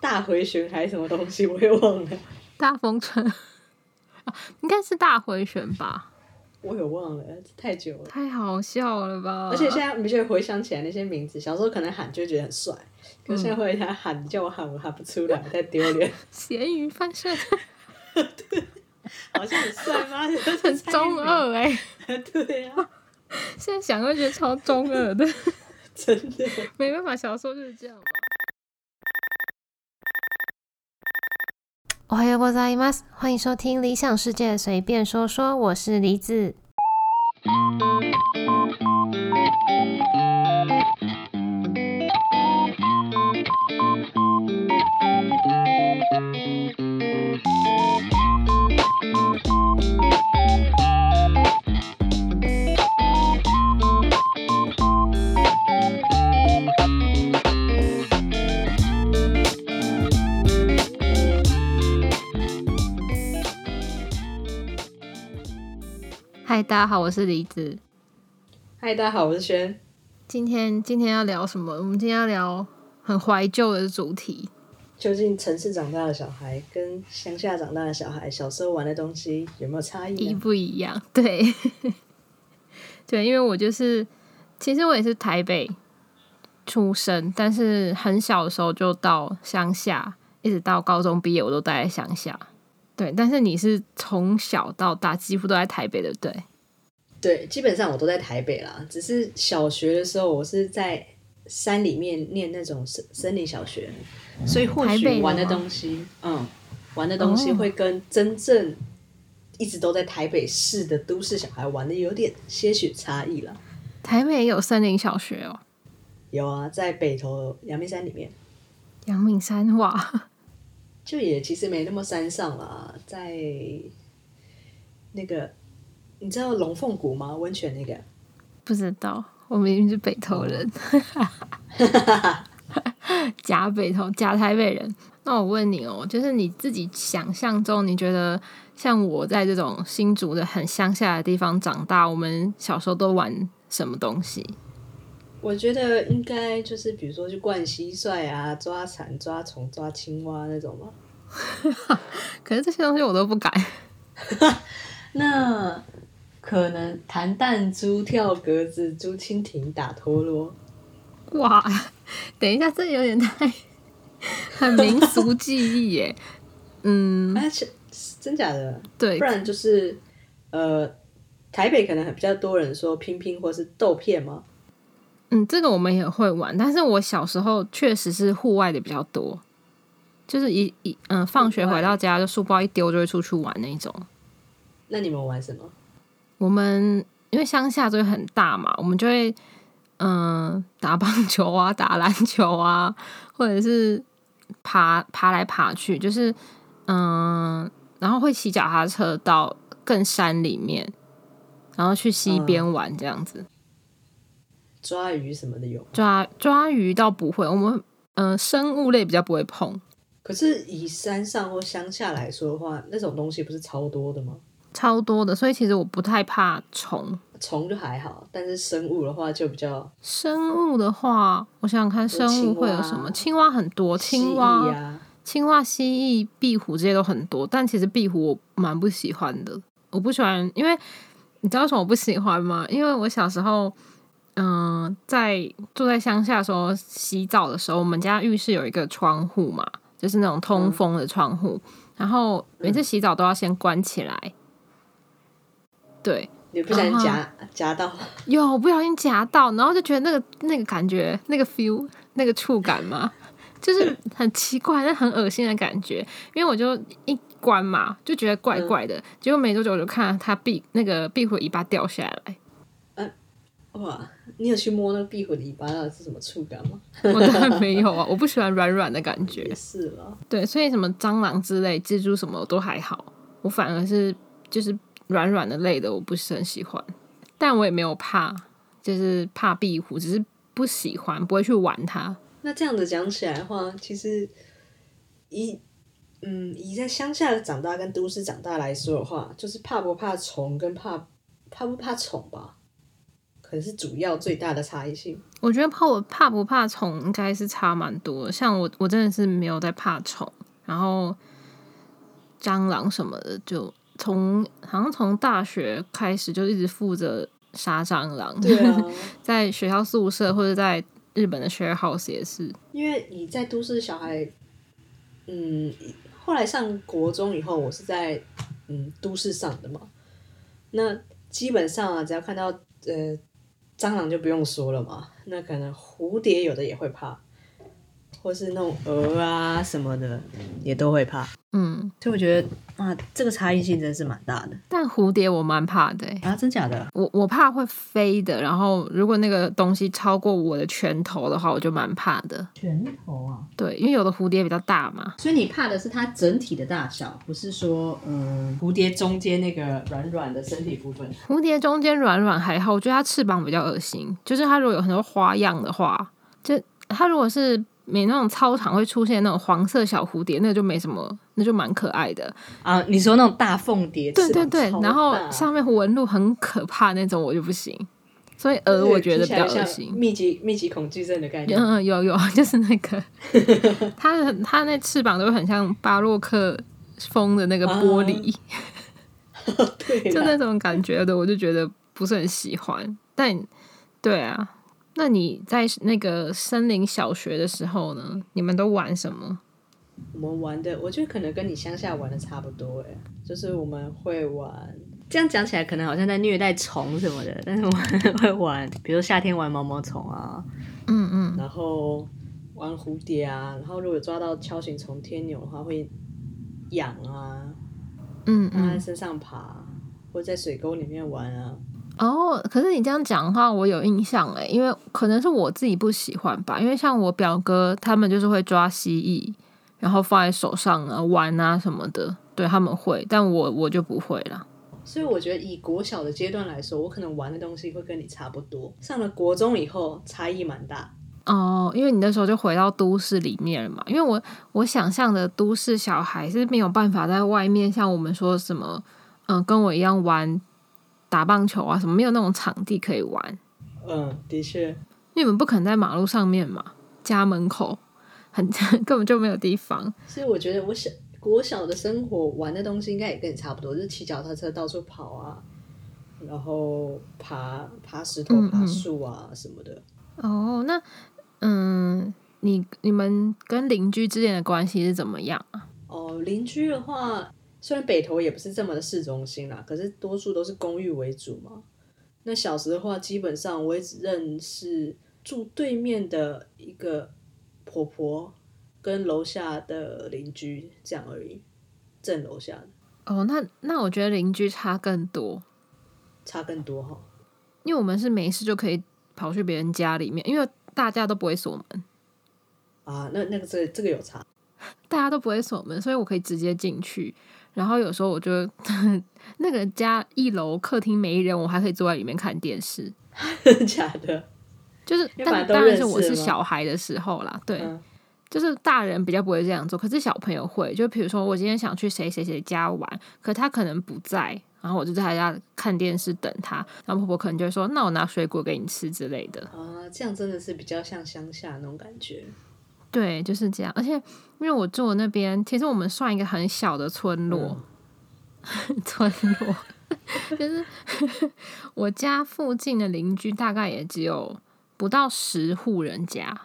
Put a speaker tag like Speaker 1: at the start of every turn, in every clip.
Speaker 1: 大回旋还是什么东西，我也忘了，
Speaker 2: 大风车、啊 应该是大回旋吧？
Speaker 1: 我也忘了，太久了。
Speaker 2: 太好笑了吧！
Speaker 1: 而且现在你就回想起来那些名字，小时候可能喊就觉得很帅，可是现在回想喊，你叫我喊我喊不出来，太丢 脸。
Speaker 2: 咸鱼翻身
Speaker 1: 好像很帅 吗？都
Speaker 2: 很
Speaker 1: 是蔡依
Speaker 2: 中二 哎、
Speaker 1: 林。对啊，
Speaker 2: 现在想会觉得超中二的，
Speaker 1: 真的。
Speaker 2: 没办法，小时候就是这样。
Speaker 3: おはようございます，欢迎收听《理想世界随便说说》，我是梨子。
Speaker 2: 嗨，大家好，我是李子。
Speaker 1: 嗨，大家好，我是轩。
Speaker 2: 今天今天要聊什么？我们今天要聊很怀旧的主题。
Speaker 1: 究竟城市长大的小孩跟乡下长大的小孩小时候玩的东西有没有差异、
Speaker 2: 一
Speaker 1: 啊？
Speaker 2: 不一样？ 对，对，因为我就是，其实我也是台北出生，但是很小的时候就到乡下，一直到高中毕业我都待在乡下。对，但是你是从小到大几乎都在台北的，对不对？
Speaker 1: 对，基本上我都在台北啦，只是小学的时候我是在山里面念那种森森林小学，所以或
Speaker 2: 台
Speaker 1: 许
Speaker 2: 北的吗哦
Speaker 1: 玩的东西，嗯，玩的东西会跟真正一直都在台北市的都市小孩玩的有点些许差异啦。
Speaker 2: 台北也有森林小学哦，
Speaker 1: 有啊，在北投阳明山里面，
Speaker 2: 阳明山哇，
Speaker 1: 就也其实没那么山上啦，在那个你知道龙凤谷吗？温泉那个，
Speaker 2: 不知道，我明明是北投人，假北投，假台北人。那我问你哦，就是你自己想象中，你觉得像我在这种新竹的很乡下的地方长大，我们小时候都玩什么东西？
Speaker 1: 我觉得应该就是比如说去灌蟋蟀啊、抓蝉、抓虫、抓青蛙那种嘛。
Speaker 2: 可是这些东西我都不敢。
Speaker 1: 那可能弹弹珠、跳格子、珠蜻蜓、打陀螺，
Speaker 2: 哇，等一下，这有点太 很民俗记忆耶。嗯，
Speaker 1: 而且啊是真假的，
Speaker 2: 对
Speaker 1: 不，然就是呃，台北可能很比较多人说拼拼或是豆片嘛。
Speaker 2: 嗯，这个我们也会玩，但是我小时候确实是户外的比较多，就是一一嗯，放学回到家就书包一丢就会出去玩那种。
Speaker 1: 那你们玩什么？
Speaker 2: 我们因为乡下就会很大嘛，我们就会嗯、打棒球啊，打篮球啊，或者是爬爬来爬去，就是嗯、然后会骑脚踏车到更山里面，然后去溪边玩这样子。
Speaker 1: 抓鱼什么的有吗，
Speaker 2: 抓抓鱼倒不会，我们嗯、呃生物类比较不会碰。
Speaker 1: 可是以山上或乡下来说的话，那种东西不是超多的吗？
Speaker 2: 超多的，所以其实我不太怕虫。
Speaker 1: 虫就还好，但是生物的话就比较
Speaker 2: 哦生物的话，我想想看，
Speaker 1: 有啊
Speaker 2: 生物会有什么？青蛙很多，青
Speaker 1: 蜥蜴
Speaker 2: 蛙、
Speaker 1: 啊，
Speaker 2: 青蛙、蜥蜴、壁虎这些都很多。但其实壁虎我蛮不喜欢的，我不喜欢，因为你知道为什么我不喜欢吗？因为我小时候，嗯、在住在乡下的时候，洗澡的时候，我们家浴室有一个窗户嘛，就是那种通风的窗户，然后每次洗澡都要先关起来。对，
Speaker 1: 你不小心夹夹到，
Speaker 2: 有我不小心夹到，然后就觉得那个那个感觉、那个 feel、那个触感嘛， 就是很奇怪但很恶心的感觉。因为我就一关嘛，就觉得怪怪的，结果没多久我就看到它壁那个壁虎尾巴掉下来，
Speaker 1: 哇！你有去摸那个壁虎的尾巴，到底是什么触感吗？
Speaker 2: 我当然没有啊，我不喜欢软软的感觉
Speaker 1: 也。是啦，
Speaker 2: 对，所以什么蟑螂之类、蜘蛛什么我都还好，我反而是就是软软的类的，我不是很喜欢。但我也没有怕，就是怕壁虎，只是不喜欢，不会去玩它。
Speaker 1: 那这样子讲起来的话，其实以嗯以在乡下长大跟都市长大来说的话，就是怕不怕虫跟怕怕不怕虫吧。可是主要最大的差异性。
Speaker 2: 我觉得怕我怕不怕虫应该是差蛮多的，像我我真的是没有在怕虫，然后蟑螂什么的就从好像从大学开始就一直负责杀蟑螂，
Speaker 1: 对啊，
Speaker 2: 在学校宿舍或者在日本的 share house 也是，
Speaker 1: 因为你在都市小孩，嗯，后来上国中以后，我是在嗯都市上的嘛，那基本上啊，只要看到呃蟑螂就不用说了嘛，那可能蝴蝶有的也会怕，或是那种蛾啊什么的也都会怕，
Speaker 2: 嗯，
Speaker 1: 所以我觉得啊，这个差异性真是蛮大的
Speaker 2: 但蝴蝶我蛮怕的欸、
Speaker 1: 啊，真假的？
Speaker 2: 我我怕会飞的，然后如果那个东西超过我的拳头的话，我就蛮怕的。
Speaker 4: 拳头啊，
Speaker 2: 对，因为有的蝴蝶比较大嘛，
Speaker 4: 所以你怕的是它整体的大小，不是说
Speaker 1: 呃
Speaker 4: 嗯蝴蝶中间那个软软的身体部分。
Speaker 2: 蝴蝶中间软软还好，我觉得它翅膀比较恶心。就是它如果有很多花样的话，就它如果是没那种操场会出现那种黄色小蝴蝶，那就没什么，那就蛮可爱的。
Speaker 1: 啊，你说那种大凤蝶，
Speaker 2: 对
Speaker 1: 翅
Speaker 2: 对
Speaker 1: 膀
Speaker 2: 对
Speaker 1: 超，
Speaker 2: 然后
Speaker 1: 大
Speaker 2: 上面纹路很可怕那种，我就不行。所以鹅我觉得比较恶
Speaker 1: 听起来
Speaker 2: 心
Speaker 1: 像。密集密集恐惧症的概念。
Speaker 2: 嗯，有有， 就是那个，它的它那翅膀都很像巴洛克风的那个玻
Speaker 1: 啊
Speaker 2: 璃，
Speaker 1: 对
Speaker 2: 就
Speaker 1: 啦，
Speaker 2: 那种感觉的，我就觉得不是很喜欢。但对啊，那你在那个森林小学的时候呢，你们都玩什么？
Speaker 1: 我们玩的，我觉得可能跟你乡下玩的差不多哎，就是我们会玩。这样讲起来，可能好像在虐待虫什么的，但是我们会玩，比如夏天玩毛毛虫啊，
Speaker 2: 嗯嗯，
Speaker 1: 然后玩蝴蝶啊，然后如果抓到锹形虫、天牛的话，会痒啊，
Speaker 2: 嗯
Speaker 1: 让它在
Speaker 2: 嗯
Speaker 1: 身上爬，或者在水沟里面玩啊。
Speaker 2: 哦，可是你这样讲的话，我有印象哎，因为可能是我自己不喜欢吧，因为像我表哥他们就是会抓蜥蜴，然后放在手上啊玩啊什么的，对他们会，但我我就不会啦。
Speaker 1: 所以我觉得以国小的阶段来说，我可能玩的东西会跟你差不多。上了国中以后，差异蛮大。
Speaker 2: 哦，因为你那时候就回到都市里面了嘛。因为我我想象的都市小孩是没有办法在外面像我们说什么，嗯、跟我一样玩打棒球啊什么，没有那种场地可以玩，
Speaker 1: 嗯，的确，
Speaker 2: 因为你们不可能在马路上面嘛，家门口很 根本就没有地方。
Speaker 1: 所以我觉得我小国小的生活玩的东西应该也跟你差不多，就是骑脚踏车到处跑啊，然后爬爬石头
Speaker 2: 嗯、
Speaker 1: 爬
Speaker 2: 嗯
Speaker 1: 树啊什么的。
Speaker 2: 哦，那嗯，你你们跟邻居之间的关系是怎么样啊？
Speaker 1: 哦，邻居的话，虽然北投也不是这么的市中心啦，可是多数都是公寓为主嘛。那小时的话，基本上我也只认识住对面的一个婆婆跟楼下的邻居这样而已，正楼下的
Speaker 2: 哦，那那我觉得邻居差更多，
Speaker 1: 差更多哈。
Speaker 2: 因为我们是没事就可以跑去别人家里面，因为大家都不会锁门，
Speaker 1: 啊，那那个这个这个有差。
Speaker 2: 大家都不会锁门，所以我可以直接进去。然后有时候我就 那个家一楼客厅没人，我还可以坐在里面看电视。
Speaker 1: 真的假的？
Speaker 2: 就是，
Speaker 1: 因为反
Speaker 2: 但
Speaker 1: 正都
Speaker 2: 当然是
Speaker 1: 认识
Speaker 2: 我是
Speaker 1: 了
Speaker 2: 小孩的时候啦，对，
Speaker 1: 嗯
Speaker 2: 就是大人比较不会这样做，可是小朋友会。就比如说，我今天想去谁谁谁家玩，可他可能不在，然后我就在他家看电视等他，然后婆婆可能就会说：“那我拿水果给你吃之类的。
Speaker 1: 啊，这样真的是比较像乡下那种感觉。”
Speaker 2: 对，就是这样。而且因为我住的那边，其实我们算一个很小的村落， 村落就是 我家附近的邻居大概也只有不到十户人家。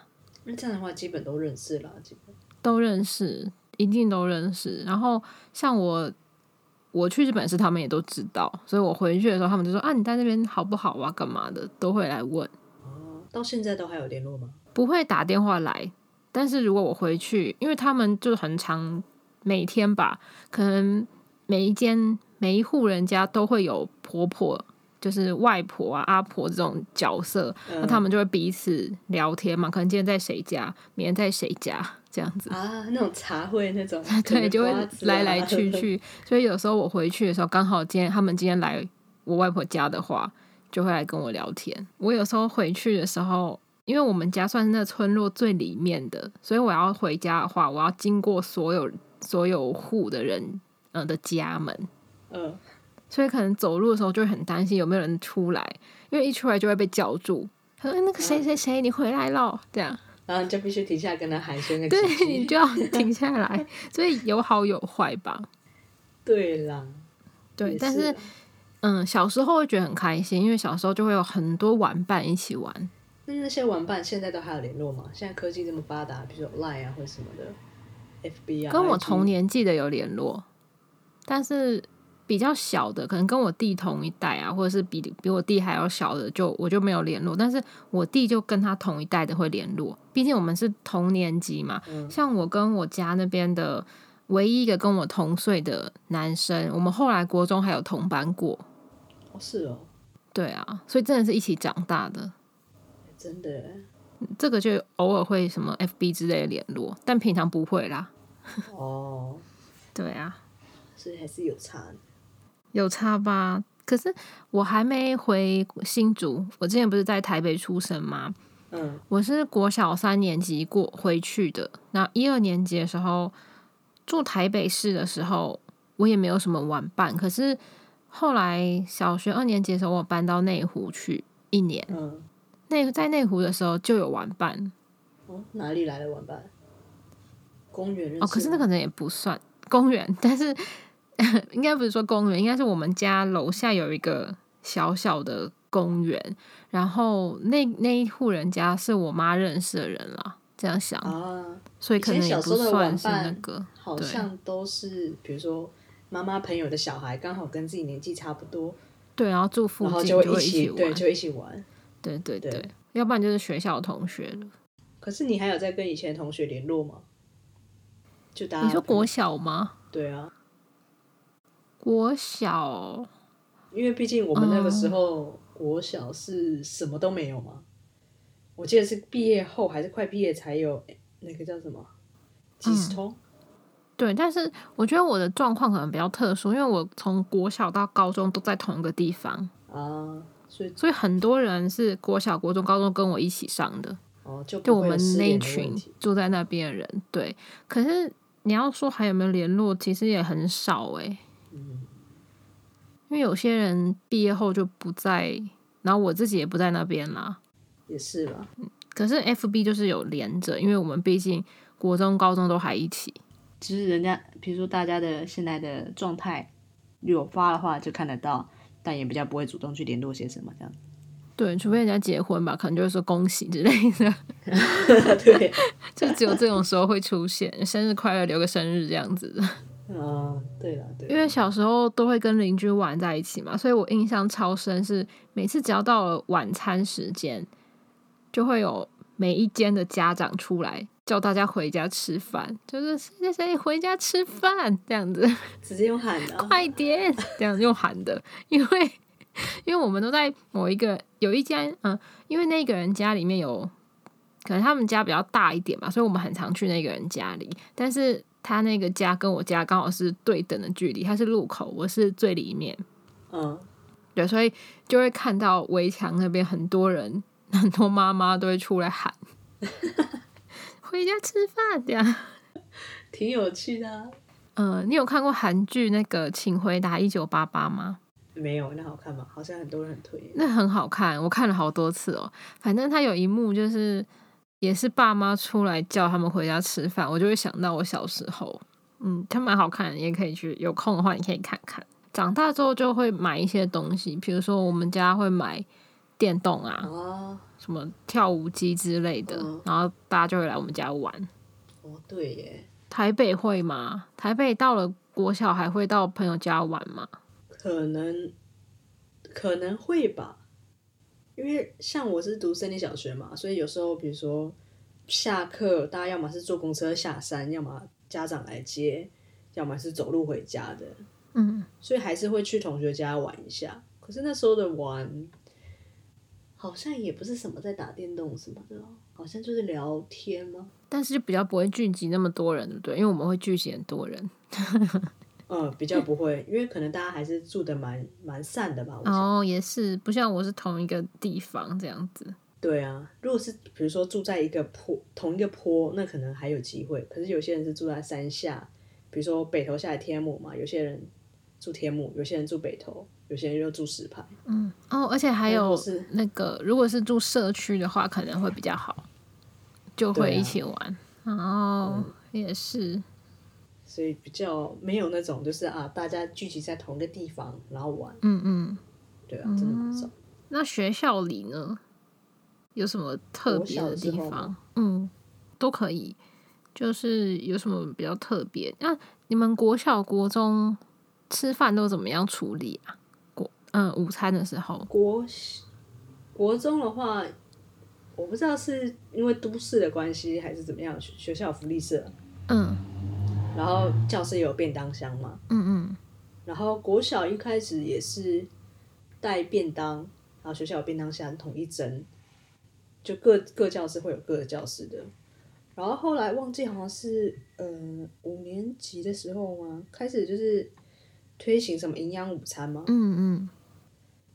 Speaker 1: 那这样的话，基本都认识了，基本
Speaker 2: 都认识，一定都认识。然后像我，我去日本时，他们也都知道，所以我回去的时候，他们就说啊，你在那边好不好啊，干嘛的，都会来问，
Speaker 1: 到现在都还有联络吗？
Speaker 2: 不会打电话来。但是如果我回去，因为他们就很常每天吧，可能每一间每一户人家都会有婆婆，就是外婆啊、阿婆这种角色，那
Speaker 1: 嗯
Speaker 2: 他们就会彼此聊天嘛，可能今天在谁家，明天在谁家这样子。，
Speaker 1: 啊，那种茶会那种。
Speaker 2: 对，就会来来去
Speaker 1: 啊
Speaker 2: 去。所以有时候我回去的时候，刚好今天他们今天来我外婆家的话，就会来跟我聊天。我有时候回去的时候，因为我们家算是那村落最里面的，所以我要回家的话，我要经过所有所有户的人嗯、呃的家门，
Speaker 1: 嗯，
Speaker 2: 所以可能走路的时候就会很担心有没有人出来，因为一出来就会被叫住。他说：“哎那个
Speaker 1: 嗯
Speaker 2: 谁谁谁，你回来喽！”这样，
Speaker 1: 然后你就必须停下来跟他寒暄个几
Speaker 2: 对你
Speaker 1: 句。
Speaker 2: 就要停下 来。所以有好有坏吧。
Speaker 1: 对啦，
Speaker 2: 对，
Speaker 1: 也
Speaker 2: 但
Speaker 1: 是
Speaker 2: 是
Speaker 1: 啦
Speaker 2: 嗯，小时候会觉得很开心，因为小时候就会有很多玩伴一起玩。
Speaker 1: 那那些玩伴现在都还有联络吗？现在科技这么发达，比如说 Line 啊或者什么的，FB 啊。
Speaker 2: 跟我
Speaker 1: IG
Speaker 2: 同年纪的有联络，但是比较小的，可能跟我弟同一代啊，或者是比比我弟还要小的，就我就没有联络。但是我弟就跟他同一代的会联络，毕竟我们是同年级嘛。
Speaker 1: 嗯
Speaker 2: 像我跟我家那边的唯一一个跟我同岁的男生，我们后来国中还有同班过。
Speaker 1: 哦是哦，
Speaker 2: 对啊，所以真的是一起长大的。
Speaker 1: 哎真的耶
Speaker 2: 这个就偶尔会什么 FB 之类的联络，但平常不会啦。
Speaker 1: 哦，
Speaker 2: 对啊，
Speaker 1: 所以还是有差的。
Speaker 2: 有差吧？可是我还没回新竹，我之前不是在台北出生吗？
Speaker 1: 嗯，
Speaker 2: 我是国小三年级过回去的，那一二年级的时候住台北市的时候，我也没有什么玩伴。可是后来小学二年级的时候，我搬到内湖去一年，
Speaker 1: 嗯，
Speaker 2: 内在内湖的时候就有玩伴，
Speaker 1: 哦，哪里来的玩伴？公园认识
Speaker 2: 哦，可是那
Speaker 1: 吗
Speaker 2: 可能也不算公园，但是 应该不是说公园，应该是我们家楼下有一个小小的公园，然后那那一户人家是我妈认识的人啦，这样想，
Speaker 1: 啊，
Speaker 2: 所以可能
Speaker 1: 以
Speaker 2: 也
Speaker 1: 前
Speaker 2: 不
Speaker 1: 小时候的玩
Speaker 2: 算
Speaker 1: 伴
Speaker 2: 是那个，
Speaker 1: 好
Speaker 2: 对
Speaker 1: 像都是比如说妈妈朋友的小孩，刚好跟自己年纪差不多，
Speaker 2: 对，然后住附
Speaker 1: 然后
Speaker 2: 近
Speaker 1: 就
Speaker 2: 会
Speaker 1: 一起
Speaker 2: 玩，
Speaker 1: 对，就一起玩。
Speaker 2: 对对
Speaker 1: 对
Speaker 2: 对，要不然就是学校的同学了。
Speaker 1: 可是你还有在跟以前的同学联络吗？就大家
Speaker 2: 你说
Speaker 1: 朋友
Speaker 2: 国小吗？
Speaker 1: 对啊，
Speaker 2: 国小
Speaker 1: 因为毕竟我们那个
Speaker 4: 哦
Speaker 1: 时候国小是什么都没有嘛，我记得是毕业后还是快毕业才有诶那个叫什
Speaker 4: 嗯
Speaker 1: 么即时通，
Speaker 2: 对，但是我觉得我的状况可能比较特殊，因为我从国小到高中都在同一个地方，
Speaker 1: 啊，所以
Speaker 2: 所以很多人是国小、国中、高中跟我一起上的，
Speaker 1: 哦就
Speaker 2: 就
Speaker 1: 不
Speaker 2: 我
Speaker 1: 会有
Speaker 2: 们
Speaker 1: 失
Speaker 2: 那一
Speaker 1: 联的问
Speaker 2: 群
Speaker 1: 题
Speaker 2: 住在那边的人。对，可是你要说还有没有联络，其实也很少诶、因为有些人毕业后就不在，然后我自己也不在那边啦。
Speaker 1: 也是吧，
Speaker 2: 可是 FB 就是有连着，因为我们毕竟国中、高中都还一起。
Speaker 4: 就是人家，比如说大家的现在的状态，有发的话就看得到，但也比较不会主动去联络些什么这样。
Speaker 2: 对，除非人家结婚吧，可能就会说恭喜之类的，
Speaker 1: 对，
Speaker 2: 就只有这种时候会出现，生日快乐，留个生日这样子的。
Speaker 1: 啊，对了，对
Speaker 2: 嗯因
Speaker 1: 啦，
Speaker 2: 为小时候都会跟邻居玩在一起嘛，所以我印象超深是每次只要到了晚餐时间，就会有每一间的家长出来叫大家回家吃饭，就是谁谁谁回家吃饭这样子，
Speaker 1: 直接用喊的、啊，
Speaker 2: 快点 这样用喊的，因为 因为我们都在某一个有一间嗯，因为那个人家里面有。可能他们家比较大一点嘛，所以我们很常去那个人家里。但是他那个家跟我家刚好是对等的距离，他是路口，我是最里面，
Speaker 1: 嗯，
Speaker 2: 对，所以就会看到围墙那边很多人， 很多妈妈都会出来喊回家吃饭这样。
Speaker 1: 挺有趣的、啊。
Speaker 2: 呃，你有看过韩剧那个《请回答一九八八》吗？
Speaker 1: 没有，那好看吗？好像很多人很推。
Speaker 2: 那很好看，我看了好多次哦。反正他有一幕就是，也是爸妈出来叫他们回家吃饭，我就会想到我小时候。嗯，它蛮好看的，也可以去有空的话，你可以看看。长大之后就会买一些东西，比如说我们家会买电动啊，
Speaker 1: 啊，
Speaker 2: 什么跳舞机之类的，
Speaker 1: 嗯
Speaker 2: 然后大家就会来我们家玩。
Speaker 1: 哦，对耶，
Speaker 2: 台北会吗？台北到了国小还会到朋友家玩吗？
Speaker 1: 可能可能会吧，因为像我是读森林小学嘛，所以有时候比如说下课，大家要么是坐公车下山，要么家长来接，要么是走路回家的，
Speaker 2: 嗯，
Speaker 1: 所以还是会去同学家玩一下。可是那时候的玩，好像也不是什么在打电动什么的哦，好像就是聊天吗？
Speaker 2: 但是就比较不会聚集那么多人，对不对？因为我们会聚集很多人。
Speaker 1: 嗯，比较不会，因为可能大家还是住的蛮蛮散的吧。我想
Speaker 2: 哦，也是，不像我是同一个地方这样子。
Speaker 1: 对啊，如果是比如说住在一个坡同一个坡，那可能还有机会。可是有些人是住在山下，比如说北投下来天母嘛，有些人住天母，有些人住北投，有些人又住石牌。
Speaker 2: 嗯，哦，而且还
Speaker 1: 如
Speaker 2: 有
Speaker 1: 果是
Speaker 2: 那个，如果是住社区的话，可能会比较好，就会
Speaker 1: 对啊嗯
Speaker 2: 一起玩。然后也是，
Speaker 1: 所以比较没有那种就是啊，大家聚集在同一个地方然后玩，
Speaker 2: 嗯嗯。
Speaker 1: 对啊，真的蛮少。
Speaker 2: 那学校里呢，有什么特别的
Speaker 1: 国小之
Speaker 2: 地
Speaker 1: 后
Speaker 2: 方
Speaker 1: 吗？
Speaker 2: 嗯，都可以。就是有什么比较特别？那你们国小、国中吃饭都怎么样处理啊？国嗯，午餐的时候，
Speaker 1: 国小国中的话，我不知道是因为都市的关系还是怎么样，学学校有福利社，
Speaker 2: 嗯
Speaker 1: 然后教室也有便当箱嘛。
Speaker 2: 嗯
Speaker 1: 然后国小一开始也是带便当，然后学校有便当箱统一蒸，就各各教室会有各的教室的。然后后来忘记好像是呃五年级的时候嘛，开始就是推行什么营养午餐嘛
Speaker 2: 嗯，嗯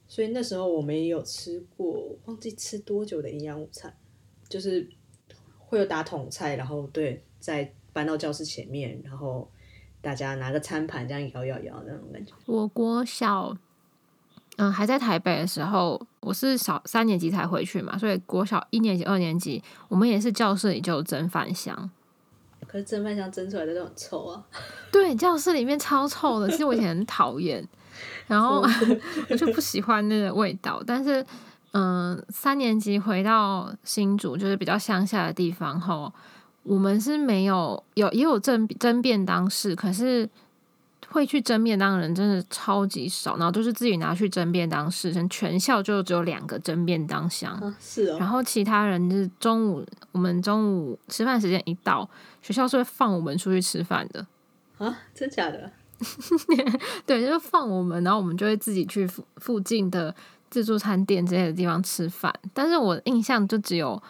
Speaker 1: 所以那时候我们也有吃过，忘记吃多久的营养午餐，就是会有打桶菜，然后对，再搬到教室前面，然后大家拿个餐盘这样摇摇摇那种感觉。
Speaker 2: 嗯。我国小嗯还在台北的时候，我是小三年级才回去嘛，所以国小一年级、二年级，我们也是教室里就有蒸饭箱。
Speaker 1: 可是蒸饭箱蒸出来的都很臭啊！
Speaker 2: 对，教室里面超臭的，其实我以前很讨厌，然后 我就不喜欢那个味道。但是，嗯、三年级回到新竹，就是比较乡下的地方后，我们是没有有也有蒸蒸便当室，可是会去蒸便当的人真的超级少，然后都是自己拿去蒸便当室，全校就只有两个蒸便当箱。
Speaker 1: 啊， 是
Speaker 2: 然
Speaker 1: 哦，
Speaker 2: 后其他人就是中午，我们中午吃饭时间一到，学校是会放我们出去吃饭的。
Speaker 1: 啊，真假的？
Speaker 2: 对，就是放我们，然后我们就会自己去附附近的自助餐店之类的地方吃饭。但是我印象就只有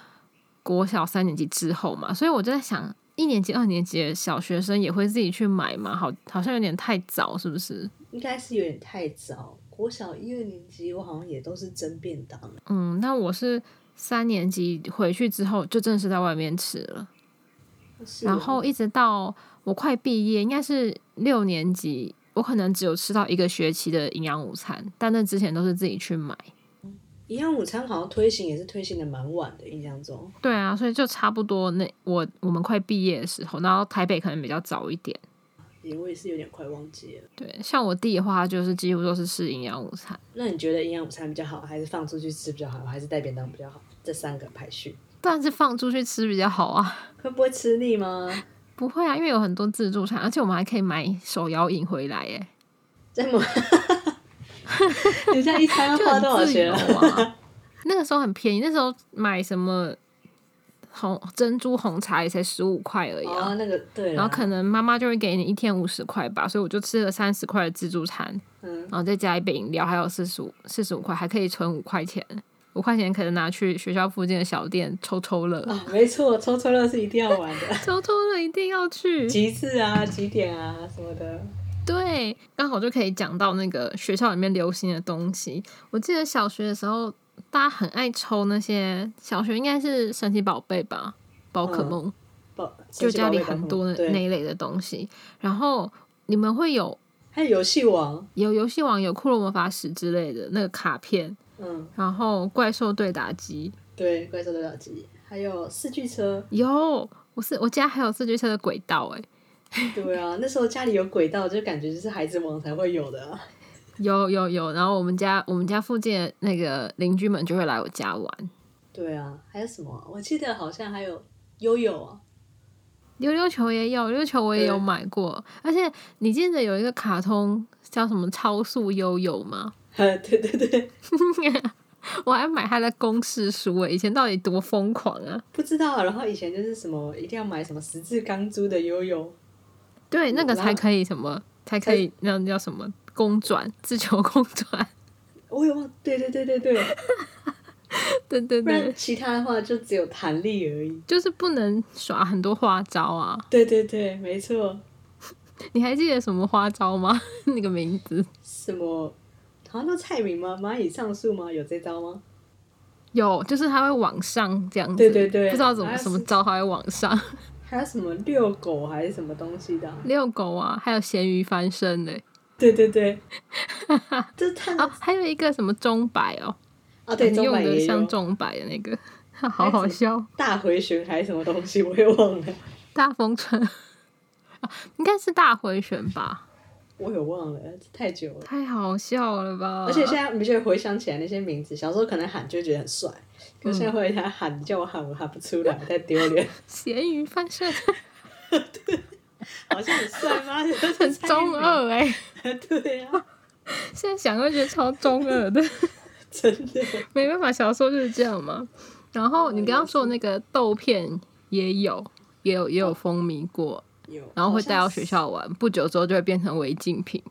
Speaker 2: 国小三年级之后嘛，所以我就在想，一年级、二年级的小学生也会自己去买嘛？好，好像有点太早，是不是？
Speaker 1: 应该是有点太早。国小一二年级，我好像也都是蒸便当，
Speaker 2: 嗯，那我是三年级回去之后，就正式在外面吃了，
Speaker 1: 是哦
Speaker 2: 然后一直到我快毕业，应该是六年级。我可能只有吃到一个学期的营养午餐，但那之前都是自己去买。
Speaker 1: 营养午餐好像推行也是推行的蛮晚的，印象中。
Speaker 2: 对啊，所以就差不多那我我们快毕业的时候，然后台北可能比较早一点。
Speaker 1: 也我也是有点快忘记了。
Speaker 2: 对，像我弟的话，他就是几乎都是吃营养午餐。
Speaker 1: 那你觉得营养午餐比较好，还是放出去吃比较好，还是带便当比较好？这三个排 序
Speaker 2: 但是放出去吃比较好啊，
Speaker 1: 会不会吃腻吗？
Speaker 2: 不会啊，因为有很多自助餐，而且我们还可以买手摇饮回来，耶，
Speaker 1: 在某， 你这样一餐
Speaker 2: 就
Speaker 1: 要花多少
Speaker 2: 很自
Speaker 1: 钱
Speaker 2: 由
Speaker 1: 啊？
Speaker 2: 啊。那个时候很便宜，那时候买什么红珍珠红茶也才十五块而已啊。
Speaker 1: 哦，那个对啦，
Speaker 2: 然后可能妈妈就会给你一天五十块吧，所以我就吃了三十块的自助餐，
Speaker 1: 嗯
Speaker 2: 然后再加一杯饮料，还有四十五四十五块，还可以存五块钱，五块钱可能拿去学校附近的小店抽抽乐，
Speaker 1: 啊，没错，抽抽乐是一定要玩的，
Speaker 2: 抽抽乐一定要 去。
Speaker 1: 极致啊、几点啊什么的。
Speaker 2: 对，刚好就可以讲到那个学校里面流行的东西。我记得小学的时候，大家很爱抽那些，小学应该是神奇宝贝吧，宝可
Speaker 1: 嗯
Speaker 2: 梦。
Speaker 1: 宝
Speaker 2: 就家里很多的
Speaker 1: 对，
Speaker 2: 那一类的东西，然后你们会有
Speaker 1: 还有游戏王，
Speaker 2: 有游戏王、有骷髅魔法使之类的那个卡片，
Speaker 1: 嗯，
Speaker 2: 然后怪兽对打机
Speaker 1: 对，怪兽对打机，还有四驱车，
Speaker 2: 有，我是我家还有四驱车的轨道哎、
Speaker 1: 对啊，那时候家里有轨道，就感觉就是孩子王才会有的、啊，
Speaker 2: 有有有，然后我们家我们家附近的那个邻居们就会来我家玩，
Speaker 1: 对啊，还有什么啊、我记得好像还有悠悠啊，
Speaker 2: 溜溜球也有，溜溜球我也有
Speaker 1: 对
Speaker 2: 买过，而且你记得有一个卡通叫什么超速悠悠吗？
Speaker 1: 对对对，
Speaker 2: 我还买他的公式书哎、以前到底多疯狂啊！
Speaker 1: 不知道啊。然后以前就是什么一定要买什么十字钢珠的悠悠，
Speaker 2: 对，那个
Speaker 1: 然
Speaker 2: 才
Speaker 1: 后
Speaker 2: 可以什么，才可以那叫什么公转自求公转，
Speaker 1: 我也忘，对对对对对，
Speaker 2: 对对
Speaker 1: 不
Speaker 2: 对。
Speaker 1: 然其他的话就只有弹力而已。
Speaker 2: 就是不能耍很多花招啊！
Speaker 1: 对对对，没错，
Speaker 2: 你还记得什么花招吗？ 那个名字
Speaker 1: 什么好像叫菜名吗？蚂蚁上树吗？有这招吗？
Speaker 2: 有，就是它会往上这样子，
Speaker 1: 对对对
Speaker 2: 不知道怎么
Speaker 1: 还有
Speaker 2: 什么
Speaker 1: 是
Speaker 2: 招它会往上，
Speaker 1: 还有什么遛狗还是什么东西的啊、
Speaker 2: 遛狗啊，还有咸鱼翻身嘞、
Speaker 1: 对对 对，这它
Speaker 2: 哦，还有一个什么钟摆哦，
Speaker 1: 啊，对，
Speaker 2: 你
Speaker 1: 中
Speaker 2: 用
Speaker 1: 版
Speaker 2: 的
Speaker 1: 也
Speaker 2: 像
Speaker 1: 有
Speaker 2: 钟摆的那个， 好 好笑。
Speaker 1: 大回旋还是什么东西， 我也忘了，
Speaker 2: 大风车啊， 应该是大回旋吧？
Speaker 1: 我也忘了，这太久了。
Speaker 2: 太好笑了吧！
Speaker 1: 而且现在你就会回想起来那些名字，小时候可能喊就会觉得很帅，可是现在回想喊，你叫我喊我喊不出
Speaker 2: 嗯
Speaker 1: 来，太丢脸，
Speaker 2: 咸鱼翻 身
Speaker 1: 好像很帅吗？
Speaker 2: 很中二哎、
Speaker 1: 对啊，
Speaker 2: 现在想会觉得超中二的，
Speaker 1: 真的，
Speaker 2: 没办法，小时候就是这样嘛。然后你刚刚说的那个豆片也有，也有也有风靡过，
Speaker 1: 有，
Speaker 2: 然后会带到
Speaker 1: 好像是
Speaker 2: 学，校玩，不久之后就会变成违禁品。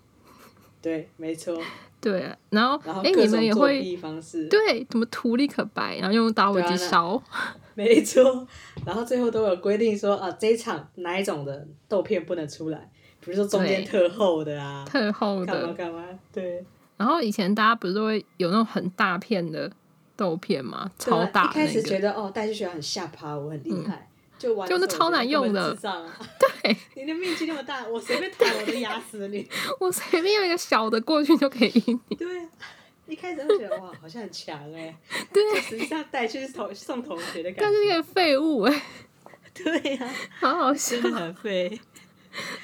Speaker 1: 对，没错。
Speaker 2: 对啊，然后
Speaker 1: 然后
Speaker 2: 哎，
Speaker 1: 各
Speaker 2: 你们
Speaker 1: 种
Speaker 2: 也
Speaker 1: 作
Speaker 2: 会
Speaker 1: 弊方式，
Speaker 2: 对怎么涂立可白，然后用打火
Speaker 1: 对啊
Speaker 2: 机
Speaker 1: 那
Speaker 2: 烧，
Speaker 1: 没错。然后最后都有规定说啊，这一场哪一种的豆片不能出来，比如说中间
Speaker 2: 对
Speaker 1: 特厚的啊，
Speaker 2: 特厚的
Speaker 1: 干嘛干嘛，对，
Speaker 2: 然后以前大家不是都会有那种很大片的豆片嘛，超
Speaker 1: 对啊
Speaker 2: 大
Speaker 1: 一开
Speaker 2: 那
Speaker 1: 始觉
Speaker 2: 个，
Speaker 1: 得
Speaker 2: 嗯
Speaker 1: 哦，带去学校很下趴，我很厉害，就玩
Speaker 2: 就那
Speaker 1: 的时
Speaker 2: 超
Speaker 1: 候
Speaker 2: 难
Speaker 1: 我觉得
Speaker 2: 用的
Speaker 1: 根本智障啊！
Speaker 2: 对
Speaker 1: 你的面积那么大，我随便弹我都压死 你。
Speaker 2: 我随便用一个小的过去就可以赢 你。
Speaker 1: 对啊，一开始会觉得哇，好像很强哎、
Speaker 2: 对，
Speaker 1: 实际上带去同送同学的感
Speaker 2: 但是一
Speaker 1: 觉。
Speaker 2: 个废物哎、
Speaker 1: 对 呀、啊，
Speaker 2: 好好笑
Speaker 1: 真！的很废。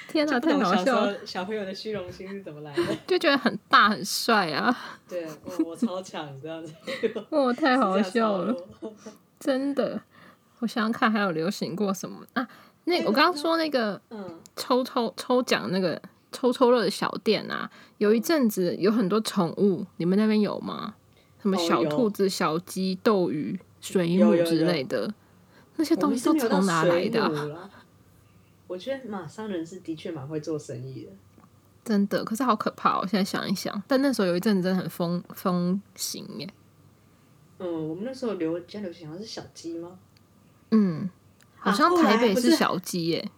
Speaker 2: 天哪，
Speaker 1: 就不
Speaker 2: 太
Speaker 1: 懂
Speaker 2: 搞
Speaker 1: 小时
Speaker 2: 笑了，
Speaker 1: 候小朋友的虚荣心是怎么来的？
Speaker 2: 就觉得很大很帅啊，
Speaker 1: 对，我我超强这样子。
Speaker 2: 哇、哦太好
Speaker 1: 是这样哦
Speaker 2: 笑哦了，
Speaker 1: 超多。
Speaker 2: 真的。我想想看，还有流行过什么啊？那
Speaker 1: 哎那个
Speaker 2: 我刚刚说那个
Speaker 1: 嗯，
Speaker 2: 抽抽抽奖那个抽抽乐的小店啊，有一
Speaker 1: 嗯
Speaker 2: 阵子有很多宠物，你们那边有吗？什么
Speaker 1: 哦
Speaker 2: 小
Speaker 1: 有
Speaker 2: 兔子、小鸡、斗鱼、水
Speaker 1: 有
Speaker 2: 母
Speaker 1: 有
Speaker 2: 之
Speaker 1: 有
Speaker 2: 类的，那些
Speaker 1: 我
Speaker 2: 东
Speaker 1: 们
Speaker 2: 西
Speaker 1: 是
Speaker 2: 都
Speaker 1: 没有到
Speaker 2: 从哪来
Speaker 1: 水
Speaker 2: 的啊、
Speaker 1: 母啦。我觉得嘛，商人是的确蛮会做生意的。
Speaker 2: 真的，可是好可怕哦！我现在想一想，但那时候有一阵子真的很风风行耶。
Speaker 1: 嗯，我们那时候流比较流行好像是小鸡吗？
Speaker 2: 嗯，好
Speaker 1: 啊
Speaker 2: 像
Speaker 1: 后来
Speaker 2: 台北
Speaker 1: 不
Speaker 2: 是
Speaker 1: 是
Speaker 2: 小鸡耶，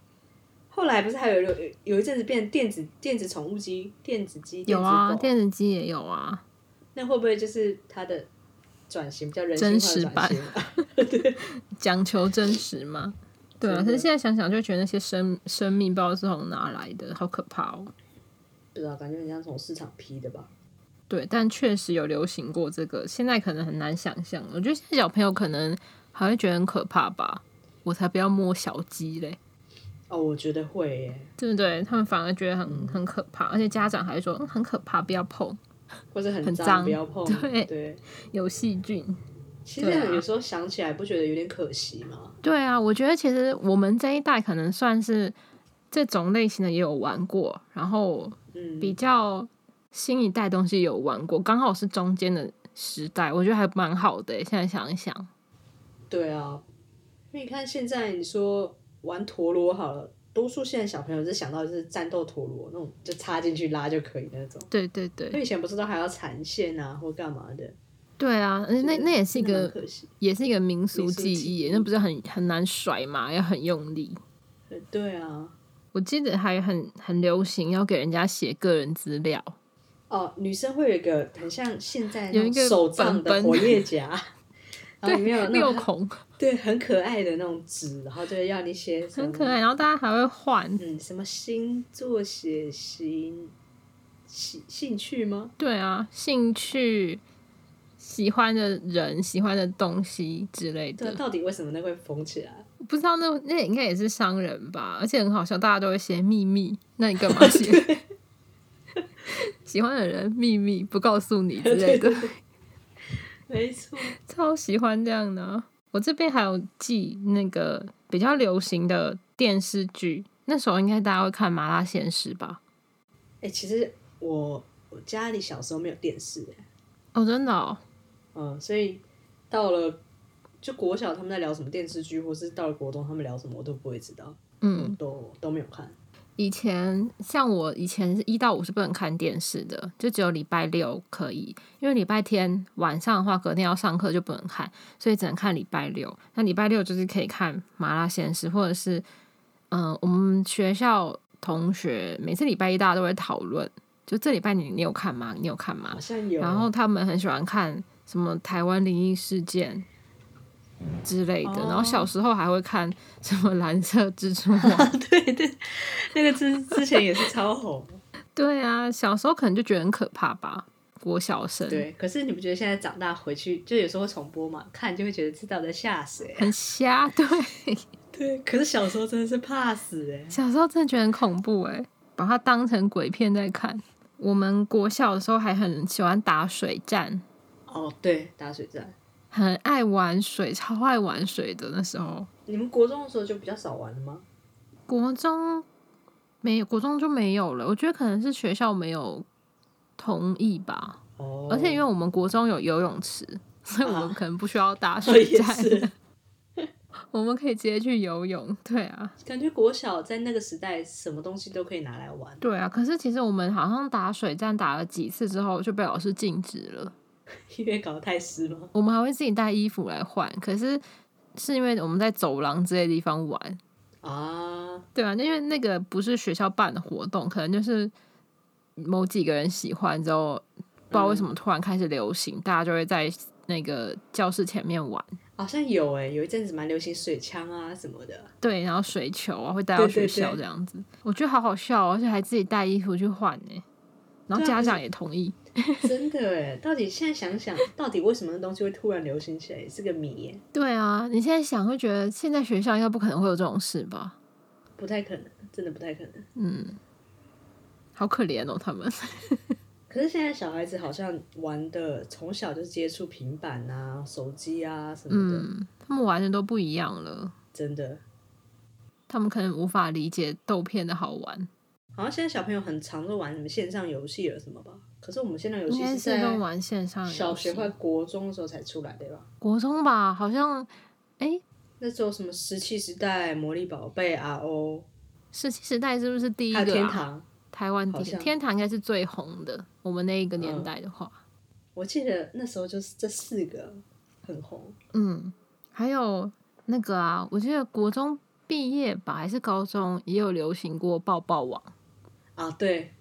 Speaker 1: 后来不是还有有有一阵子变电子电子宠物机、电子鸡、
Speaker 2: 有啊，
Speaker 1: 电子狗，
Speaker 2: 电子鸡也有啊。
Speaker 1: 那会不会就是它的转型比较人
Speaker 2: 真
Speaker 1: 性
Speaker 2: 实
Speaker 1: 化
Speaker 2: 版
Speaker 1: 的转型啊？
Speaker 2: 讲求真实嘛。对啊，
Speaker 1: 真
Speaker 2: 可
Speaker 1: 的
Speaker 2: 是现在想想就觉得那些生生命不知道是从哪来的，好可怕哦。
Speaker 1: 不知道，感觉很像从市场批的吧？
Speaker 2: 对，但确实有流行过这个，现在可能很难想象。我觉得现在小朋友可能还会觉得很可怕吧。我才不要摸小鸡嘞，
Speaker 1: 哦，我觉得会耶，
Speaker 2: 对不对？他们反而觉得很很可怕，而且家长还说、嗯、很可怕，不要碰，
Speaker 1: 或者很
Speaker 2: 很
Speaker 1: 脏，
Speaker 2: 脏
Speaker 1: 不要碰。
Speaker 2: 对
Speaker 1: 对，
Speaker 2: 有细菌。
Speaker 1: 其实
Speaker 2: 对啊
Speaker 1: 有时候想起来，不觉得有点可惜吗？
Speaker 2: 对啊，我觉得其实我们这一代可能算是这种类型的也有玩过，然后
Speaker 1: 嗯，
Speaker 2: 比较新一代东西有玩过，刚好是中间的时代，我觉得还蛮好的欸。现在想一想，
Speaker 1: 对啊，因为你看现在你说玩陀螺好了，多数现在小朋友是想到就是战斗陀螺那种，就插进去拉就可以的那种。
Speaker 2: 对对
Speaker 1: 因
Speaker 2: 对，
Speaker 1: 为以前不是都还要缠线啊或干嘛的，
Speaker 2: 对啊，而且那那也是一
Speaker 1: 真的
Speaker 2: 个
Speaker 1: 蛮可惜。
Speaker 2: 也是一个民俗
Speaker 1: 民俗
Speaker 2: 技
Speaker 1: 技
Speaker 2: 艺耶，那不是很很难甩嘛，要很用力。
Speaker 1: 呃对啊，
Speaker 2: 我记得还很很流行要给人家写个人资料，
Speaker 1: 哦，女生会有一个很像现在
Speaker 2: 有
Speaker 1: 那
Speaker 2: 一
Speaker 1: 种
Speaker 2: 个
Speaker 1: 手杖
Speaker 2: 本
Speaker 1: 的
Speaker 2: 本
Speaker 1: 火叶 夹，然后
Speaker 2: 对
Speaker 1: 里哦面有，那
Speaker 2: 六
Speaker 1: 种
Speaker 2: 孔
Speaker 1: 对很可爱的那种纸，然后就要你写什么
Speaker 2: 很可爱，然后大家还会换，
Speaker 1: 嗯，什么星座血型、兴兴趣吗？
Speaker 2: 对啊，兴趣、喜欢的人、喜欢的东西之类
Speaker 1: 对啊，
Speaker 2: 的。
Speaker 1: 到底为什么那会缝起来？
Speaker 2: 我不知道那那应该也是商人吧，而且很好笑，大家都会写秘密，那你干 嘛写？喜欢的人秘密不告诉 你之类的，
Speaker 1: 没错，
Speaker 2: 超喜欢这样的啊、我这边还有记那个比较流行的电视剧，那时候应该大家会看《麻辣鲜师》吧？
Speaker 1: 哎、其实我我家里小时候没有电视、欸，
Speaker 2: 哦，真的哦，
Speaker 1: 嗯，所以到了就国小他们在聊什么电视剧，或是到了国中他们聊什么，我都不会知道，
Speaker 2: 嗯，
Speaker 1: 都都没有看。
Speaker 2: 以前像我以前是一到五是不能看电视的，就只有礼拜六可以，因为礼拜天晚上的话，隔天要上课就不能看，所以只能看礼拜六。那礼拜六就是可以看《麻辣鲜师》，或者是嗯、呃我们学校同学每次礼拜一大家都会讨论，就这礼拜你你有看吗？你有看吗
Speaker 1: 好？像哦有，啊
Speaker 2: 然后他们很喜欢看什么台湾灵异事件之类的，然后小时候还会看什么蓝色蜘蛛网。
Speaker 1: 对对，那个之之前也是超红，
Speaker 2: 对啊，小时候可能就觉得很可怕吧，国小生，
Speaker 1: 对，可是你不觉得现在长大回去，就有时候会重播嘛，看就会觉得知道在吓谁啊、
Speaker 2: 很瞎。 对，
Speaker 1: 对，可是小时候真的是怕死哎、
Speaker 2: 小时候真的觉得很恐怖哎、把它当成鬼片在看。我们国小的时候还很喜欢打水战，
Speaker 1: 哦，对，打水战。
Speaker 2: 很爱玩水，超爱玩水的那时候。
Speaker 1: 你们国中的时候就比较少玩了吗？
Speaker 2: 国中没有，国中就没有了。我觉得可能是学校没有同意吧，
Speaker 1: 哦，
Speaker 2: 而且因为我们国中有游泳池，所以我们可能不需要 打
Speaker 1: 我
Speaker 2: 水
Speaker 1: 也
Speaker 2: 战，
Speaker 1: 是，
Speaker 2: 我们可以直接去游泳。对啊，
Speaker 1: 感觉国小在那个时代什么东西都可以拿来玩。
Speaker 2: 对啊。可是其实我们好像打水战打了几次之后就被老师禁止了。
Speaker 1: 因为搞得太湿吗？
Speaker 2: 我们还会自己带衣服来换，可是是因为我们在走廊之类的地方玩，
Speaker 1: 啊，
Speaker 2: 对啊，因为那个不是学校办的活动，可能就是某几个人喜欢之后，不知道为什么
Speaker 1: 嗯
Speaker 2: 突然开始流行，大家就会在那个教室前面玩。
Speaker 1: 好像有哎、有一阵子蛮流行水枪啊什么 的。
Speaker 2: 对，然后水球啊会带到
Speaker 1: 对
Speaker 2: 学
Speaker 1: 对
Speaker 2: 校
Speaker 1: 对
Speaker 2: 这样子，我觉得好好笑、哦，而且还自己带衣服去换呢、然后
Speaker 1: 对啊
Speaker 2: 家
Speaker 1: 而且
Speaker 2: 长也同意，
Speaker 1: 真的哎，到底现在想想，到底为什么那东西会突然流行起来，也是个谜耶，
Speaker 2: 对啊，你现在想会觉得现在学校应该不可能会有这种事吧？
Speaker 1: 不太可能，真的不太可能。
Speaker 2: 嗯，好可怜哦，他 们。
Speaker 1: 可是现在小孩子好像玩的从小就接触平板啊、手机啊什么的，
Speaker 2: 嗯，他们玩的都不一样了，
Speaker 1: 真的，
Speaker 2: 他们可能无法理解豆片的好玩，
Speaker 1: 好像现在小朋友很常都玩什么线上游戏了什么吧？可是我们线上游
Speaker 2: 应
Speaker 1: 戏
Speaker 2: 该
Speaker 1: 在
Speaker 2: 是都玩线上游戏
Speaker 1: 小学或国中的时候才出来对吧？
Speaker 2: 国中吧，好像哎，
Speaker 1: 那时候什么石器时代、魔力宝贝、RO，
Speaker 2: 石器时代是不是第一个、
Speaker 1: 还
Speaker 2: 啊？
Speaker 1: 有天堂。
Speaker 2: 台湾第一
Speaker 1: 好像嗯
Speaker 2: 天堂应该是最红的，我们那一个年代的话，
Speaker 1: 我记得那时候就是这四个很红，
Speaker 2: 嗯还有那个啊，我记得国中毕业吧，还是高中也有流行过抱抱网，
Speaker 1: 啊，对，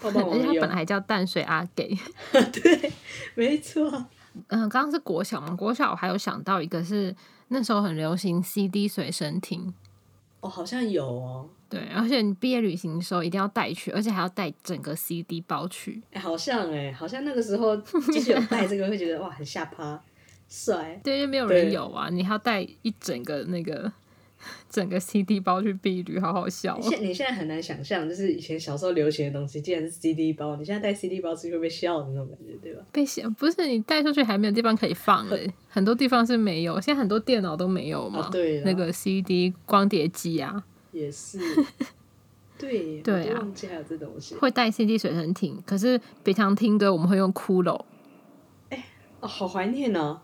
Speaker 1: 棒棒
Speaker 2: 而且
Speaker 1: 网
Speaker 2: 它
Speaker 1: 友
Speaker 2: 哎本来，还叫淡水阿给。
Speaker 1: 对，没错，
Speaker 2: 嗯、刚刚是国小嘛，国小我还有想到一个是那时候很流行 CD 随身听。
Speaker 1: 哦，好像有哦，
Speaker 2: 对，而且你毕业旅行的时候一定要带去，而且还要带整个 CD 包去。
Speaker 1: 哎，好像哎，好像那个时候就是有带这个，会觉得哇，很下趴，帅，
Speaker 2: 对，因为没有人
Speaker 1: 对
Speaker 2: 有啊，你还要带一整个那个整个 CD 包去避旅，好好笑、哦。
Speaker 1: 现你现在很难想象，就是以前小时候流行的东西，竟然是 CD 包，你现在带 CD 包出去会被笑的那种感觉，对吧？
Speaker 2: 被嫌不是你带出去还没有地方可以放嘞，很多地方是没有，现在很多电脑都没有嘛。
Speaker 1: 啊对啦
Speaker 2: 哦那个 CD 光碟机啊，
Speaker 1: 也 是，对耶，
Speaker 2: 对啊
Speaker 1: 我都忘记还有这东西，
Speaker 2: 会带 CD 随身听，可是平常听歌我们会用骷髅，
Speaker 1: 哦，好怀念哦，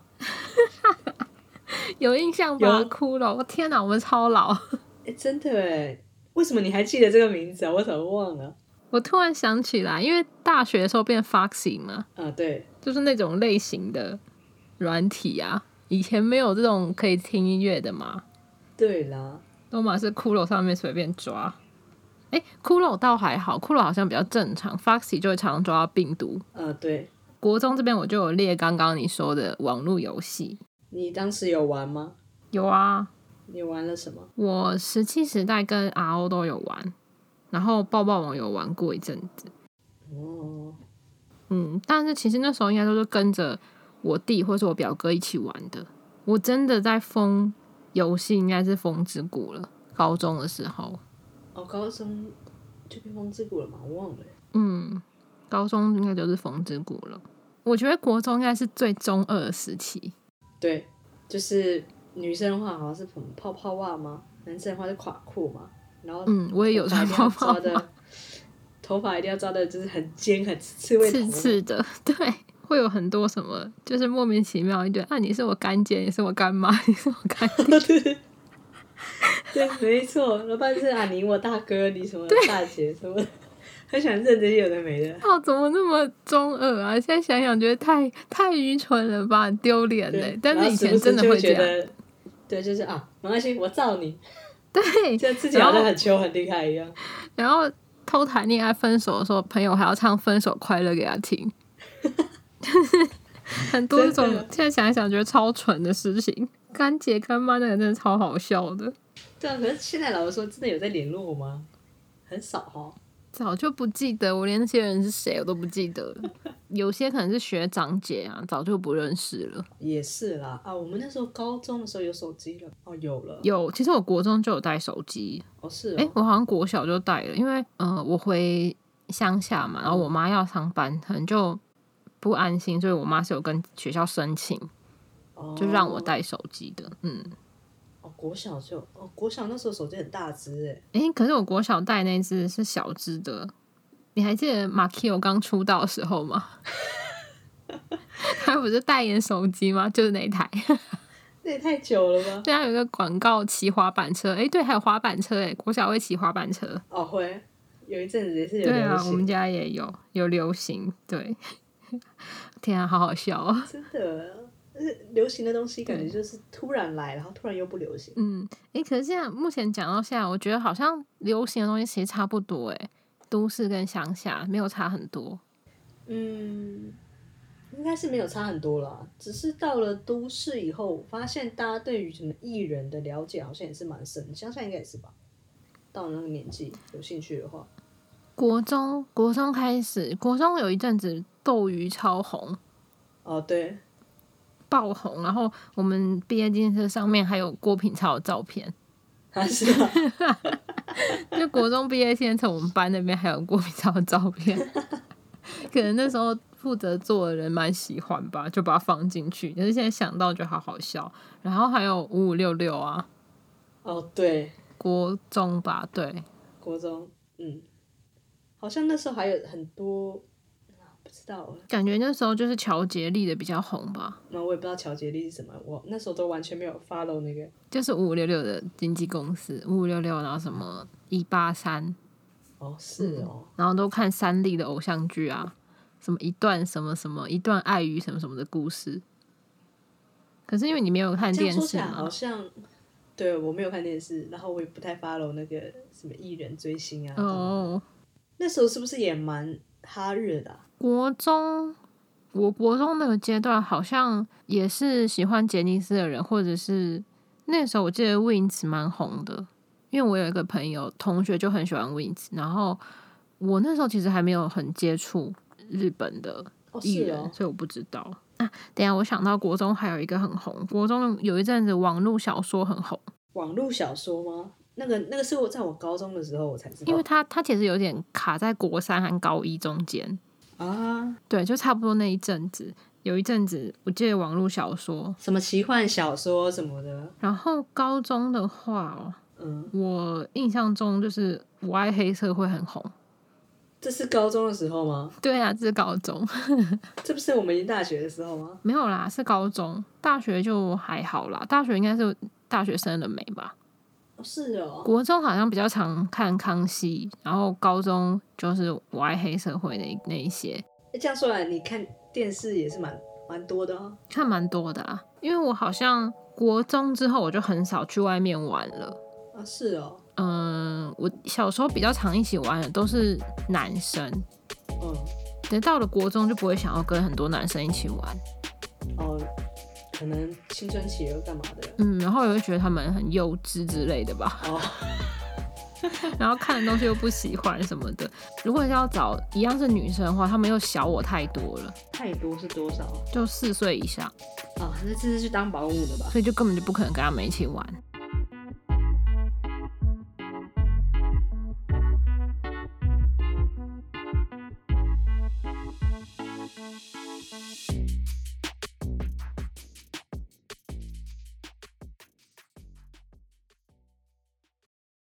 Speaker 2: 有印象吧？
Speaker 1: 有
Speaker 2: 骷髅，天哪，我们超老。
Speaker 1: 哎，真的哎，为什么你还记得这个名字啊？我怎么忘了？
Speaker 2: 我突然想起来，因为大学的时候变 Foxy 嘛，
Speaker 1: 啊，对，
Speaker 2: 就是那种类型的软体啊。以前没有这种可以听音乐的嘛，
Speaker 1: 对啦，
Speaker 2: 都嘛是骷髅上面随便抓。哎、骷髅倒还好，骷髅好像比较正常。Foxy 就会常常抓到病毒。
Speaker 1: 啊，对，
Speaker 2: 国中这边我就有列刚刚你说的网络游戏，
Speaker 1: 你当时有玩吗？
Speaker 2: 有啊，
Speaker 1: 你玩了什么？
Speaker 2: 我石器时代跟 RO 都有玩，然后抱抱网有玩过一阵子。
Speaker 1: 哦，
Speaker 2: 嗯，但是其实那时候应该都是跟着我弟或是我表哥一起玩的。我真的在疯游戏，应该是《风之谷》了。高中的时候，
Speaker 1: 哦，高中就变风之谷了嘛，我忘了。
Speaker 2: 嗯，高中应该就是《风之谷》了。我觉得国中应该是最中二的时期，
Speaker 1: 对，就是女生的话好像是什么泡泡袜吗？男生的话是垮裤嘛。然后
Speaker 2: 嗯我也有
Speaker 1: 头发一定
Speaker 2: 穿
Speaker 1: 要
Speaker 2: 泡泡袜
Speaker 1: 抓的，头发一定要抓的，就是很尖很刺猬头
Speaker 2: 刺
Speaker 1: 嘛。
Speaker 2: 刺的， 对，会有很多什么，就是莫名其妙一堆啊，你是我干姐，你是我干妈， 你是我干弟，
Speaker 1: 对对，没错。老板是啊，你我大哥，你什么大姐什么的，很喜欢认这些有的没的。
Speaker 2: 哦，怎么那么中二啊？现在想想觉得太太愚蠢了吧，丢脸嘞
Speaker 1: 对，！
Speaker 2: 但
Speaker 1: 然
Speaker 2: 是
Speaker 1: 后
Speaker 2: 以
Speaker 1: 时
Speaker 2: 前
Speaker 1: 不时
Speaker 2: 真的
Speaker 1: 就
Speaker 2: 会
Speaker 1: 会
Speaker 2: 这
Speaker 1: 觉
Speaker 2: 样，
Speaker 1: 得，对，就是啊，没关系，我罩 你，
Speaker 2: 对，
Speaker 1: 就自己
Speaker 2: 然
Speaker 1: 好
Speaker 2: 后
Speaker 1: 像很穷很厉害一样。
Speaker 2: 然后偷谈恋爱分手的时候，朋友还要唱《分手快乐》给他听，很多这种
Speaker 1: 真的
Speaker 2: 现在想一想觉得超蠢的事情。干姐干妈那个真的超好笑的，
Speaker 1: 对啊，可是现在老实说，真的有在联络吗？很少哈、
Speaker 2: 早就不记得，我连那些人是谁我都不记得了。有些可能是学长姐啊，早就不认识了。
Speaker 1: 也是啦啊，我们那时候高中的时候有手机了，哦，有了，
Speaker 2: 有，其实我国中就有带手机，
Speaker 1: 哦是
Speaker 2: 诶，
Speaker 1: 哦，
Speaker 2: 我好像国小就带了，因为呃，我回乡下嘛，然后我妈要上班，可能就不安心，所以我妈是有跟学校申请，
Speaker 1: 哦
Speaker 2: 就让我带手机的。嗯，
Speaker 1: 哦，国小就哦，国小那时候手机很大只哎，
Speaker 2: 诶，可是我国小带那只是小只的，你还记得马 Q 刚出道的时候吗？他不是代言手机吗？就是那一台，
Speaker 1: 那也太久了吧？
Speaker 2: 对他有一个广告骑滑板车，诶，对，还有滑板车，诶，国小会骑滑板车，
Speaker 1: 哦会，有一阵子也是有
Speaker 2: 对
Speaker 1: 流
Speaker 2: 啊，我们
Speaker 1: 行，
Speaker 2: 家也有有流行，对， 天啊，好好笑哦。
Speaker 1: 真的，但是流行的东西感觉就是突然来，然后突然又不流行，
Speaker 2: 嗯，诶，可是现在目前讲到现在，我觉得好像流行的东西其实差不多，诶，都市跟乡下没有差很多。
Speaker 1: 嗯，应该是没有差很多啦，只是到了都市以后，我发现大家对于什么艺人的了解好像也是蛮深，乡下应该也是吧？到了那个年纪，有兴趣的话，
Speaker 2: 国中，国中开始，国中有一阵子斗鱼超红，
Speaker 1: 哦对，
Speaker 2: 爆红，然后我们毕业纪念册上面还有郭品超的照片，
Speaker 1: 还是啊
Speaker 2: 就国中毕业纪念册，我们班那边还有郭品超的照片， 可能那时候负责做的人蛮喜欢吧，就把它放进去。可是现在想到就好好笑。然后还有五五六六啊，
Speaker 1: 哦对，
Speaker 2: 国中吧，对，
Speaker 1: 国中，嗯，好像那时候还有很多，啊不知道，
Speaker 2: 感觉那时候就是乔杰立的比较红吧，
Speaker 1: 那我也不知道乔杰利是什么，我那时候都完全没有 follow 那个，
Speaker 2: 就是五五六六的经纪公司，五五六六，然后什么一八三，
Speaker 1: 哦是哦，
Speaker 2: 然后都看三立的偶像剧啊，什么一段什么什么一段爱与什么什么的故事。可是因为你没有看
Speaker 1: 这
Speaker 2: 电
Speaker 1: 样说
Speaker 2: 视
Speaker 1: 起来好
Speaker 2: 嘛，
Speaker 1: 像，对我没有看电视，然后我也不太 follow 那个什么艺人追星啊，
Speaker 2: 哦，
Speaker 1: 那时候是不是也蛮哈日的啊、
Speaker 2: 国中，我国中那个阶段好像也是喜欢杰尼斯的人，或者是那时候我记得 Wins 蛮红的，因为我有一个朋友同学就很喜欢 Wins，然后我那时候其实还没有很接触日本的
Speaker 1: 哦，
Speaker 2: 艺
Speaker 1: 是
Speaker 2: 人，
Speaker 1: 哦，
Speaker 2: 所以我不知道。啊，等一下我想到国中还有一个很红，国中有一阵子网络小说很红，
Speaker 1: 网络小说吗？那个那个是我在我高中的时候我才知道，
Speaker 2: 因为它它其实有点卡在国三和高一中间，
Speaker 1: 啊，
Speaker 2: 对，就差不多那一阵子，有一阵子我记得网络小说，
Speaker 1: 什么奇幻小说什么的，
Speaker 2: 然后高中的话哦，
Speaker 1: 嗯，
Speaker 2: 我印象中就是《我爱黑社会》很红。
Speaker 1: 这是高中的时候吗？
Speaker 2: 对啊，这是高中，
Speaker 1: 这不是我们大学的时候吗？
Speaker 2: 没有啦，是高中，大学就还好啦。大学应该是大学生了没吧？
Speaker 1: 哦，是哦，
Speaker 2: 国中好像比较常看《康熙》，然后高中就是《我爱黑社会那》那一些，
Speaker 1: 诶这样说来，你看电视也是蛮蛮多的啊。
Speaker 2: 看蛮多的啊。因为我好像国中之后我就很少去外面玩了。
Speaker 1: 啊，是哦，
Speaker 2: 嗯，我小时候比较常一起玩的都是男生，
Speaker 1: 嗯，
Speaker 2: 等到了国中就不会想要跟很多男生一起玩，
Speaker 1: 哦，可能青春期又干嘛的？
Speaker 2: 嗯，然后也会觉得他们很幼稚之类的吧，
Speaker 1: 哦，
Speaker 2: 然后看的东西又不喜欢什么的。如果是要找一样是女生的话，他们又小我太多了，
Speaker 1: 太多是多少
Speaker 2: 就四岁以上，
Speaker 1: 啊？那这是去当保姆的吧？
Speaker 2: 所以就根本就不可能跟他们一起玩。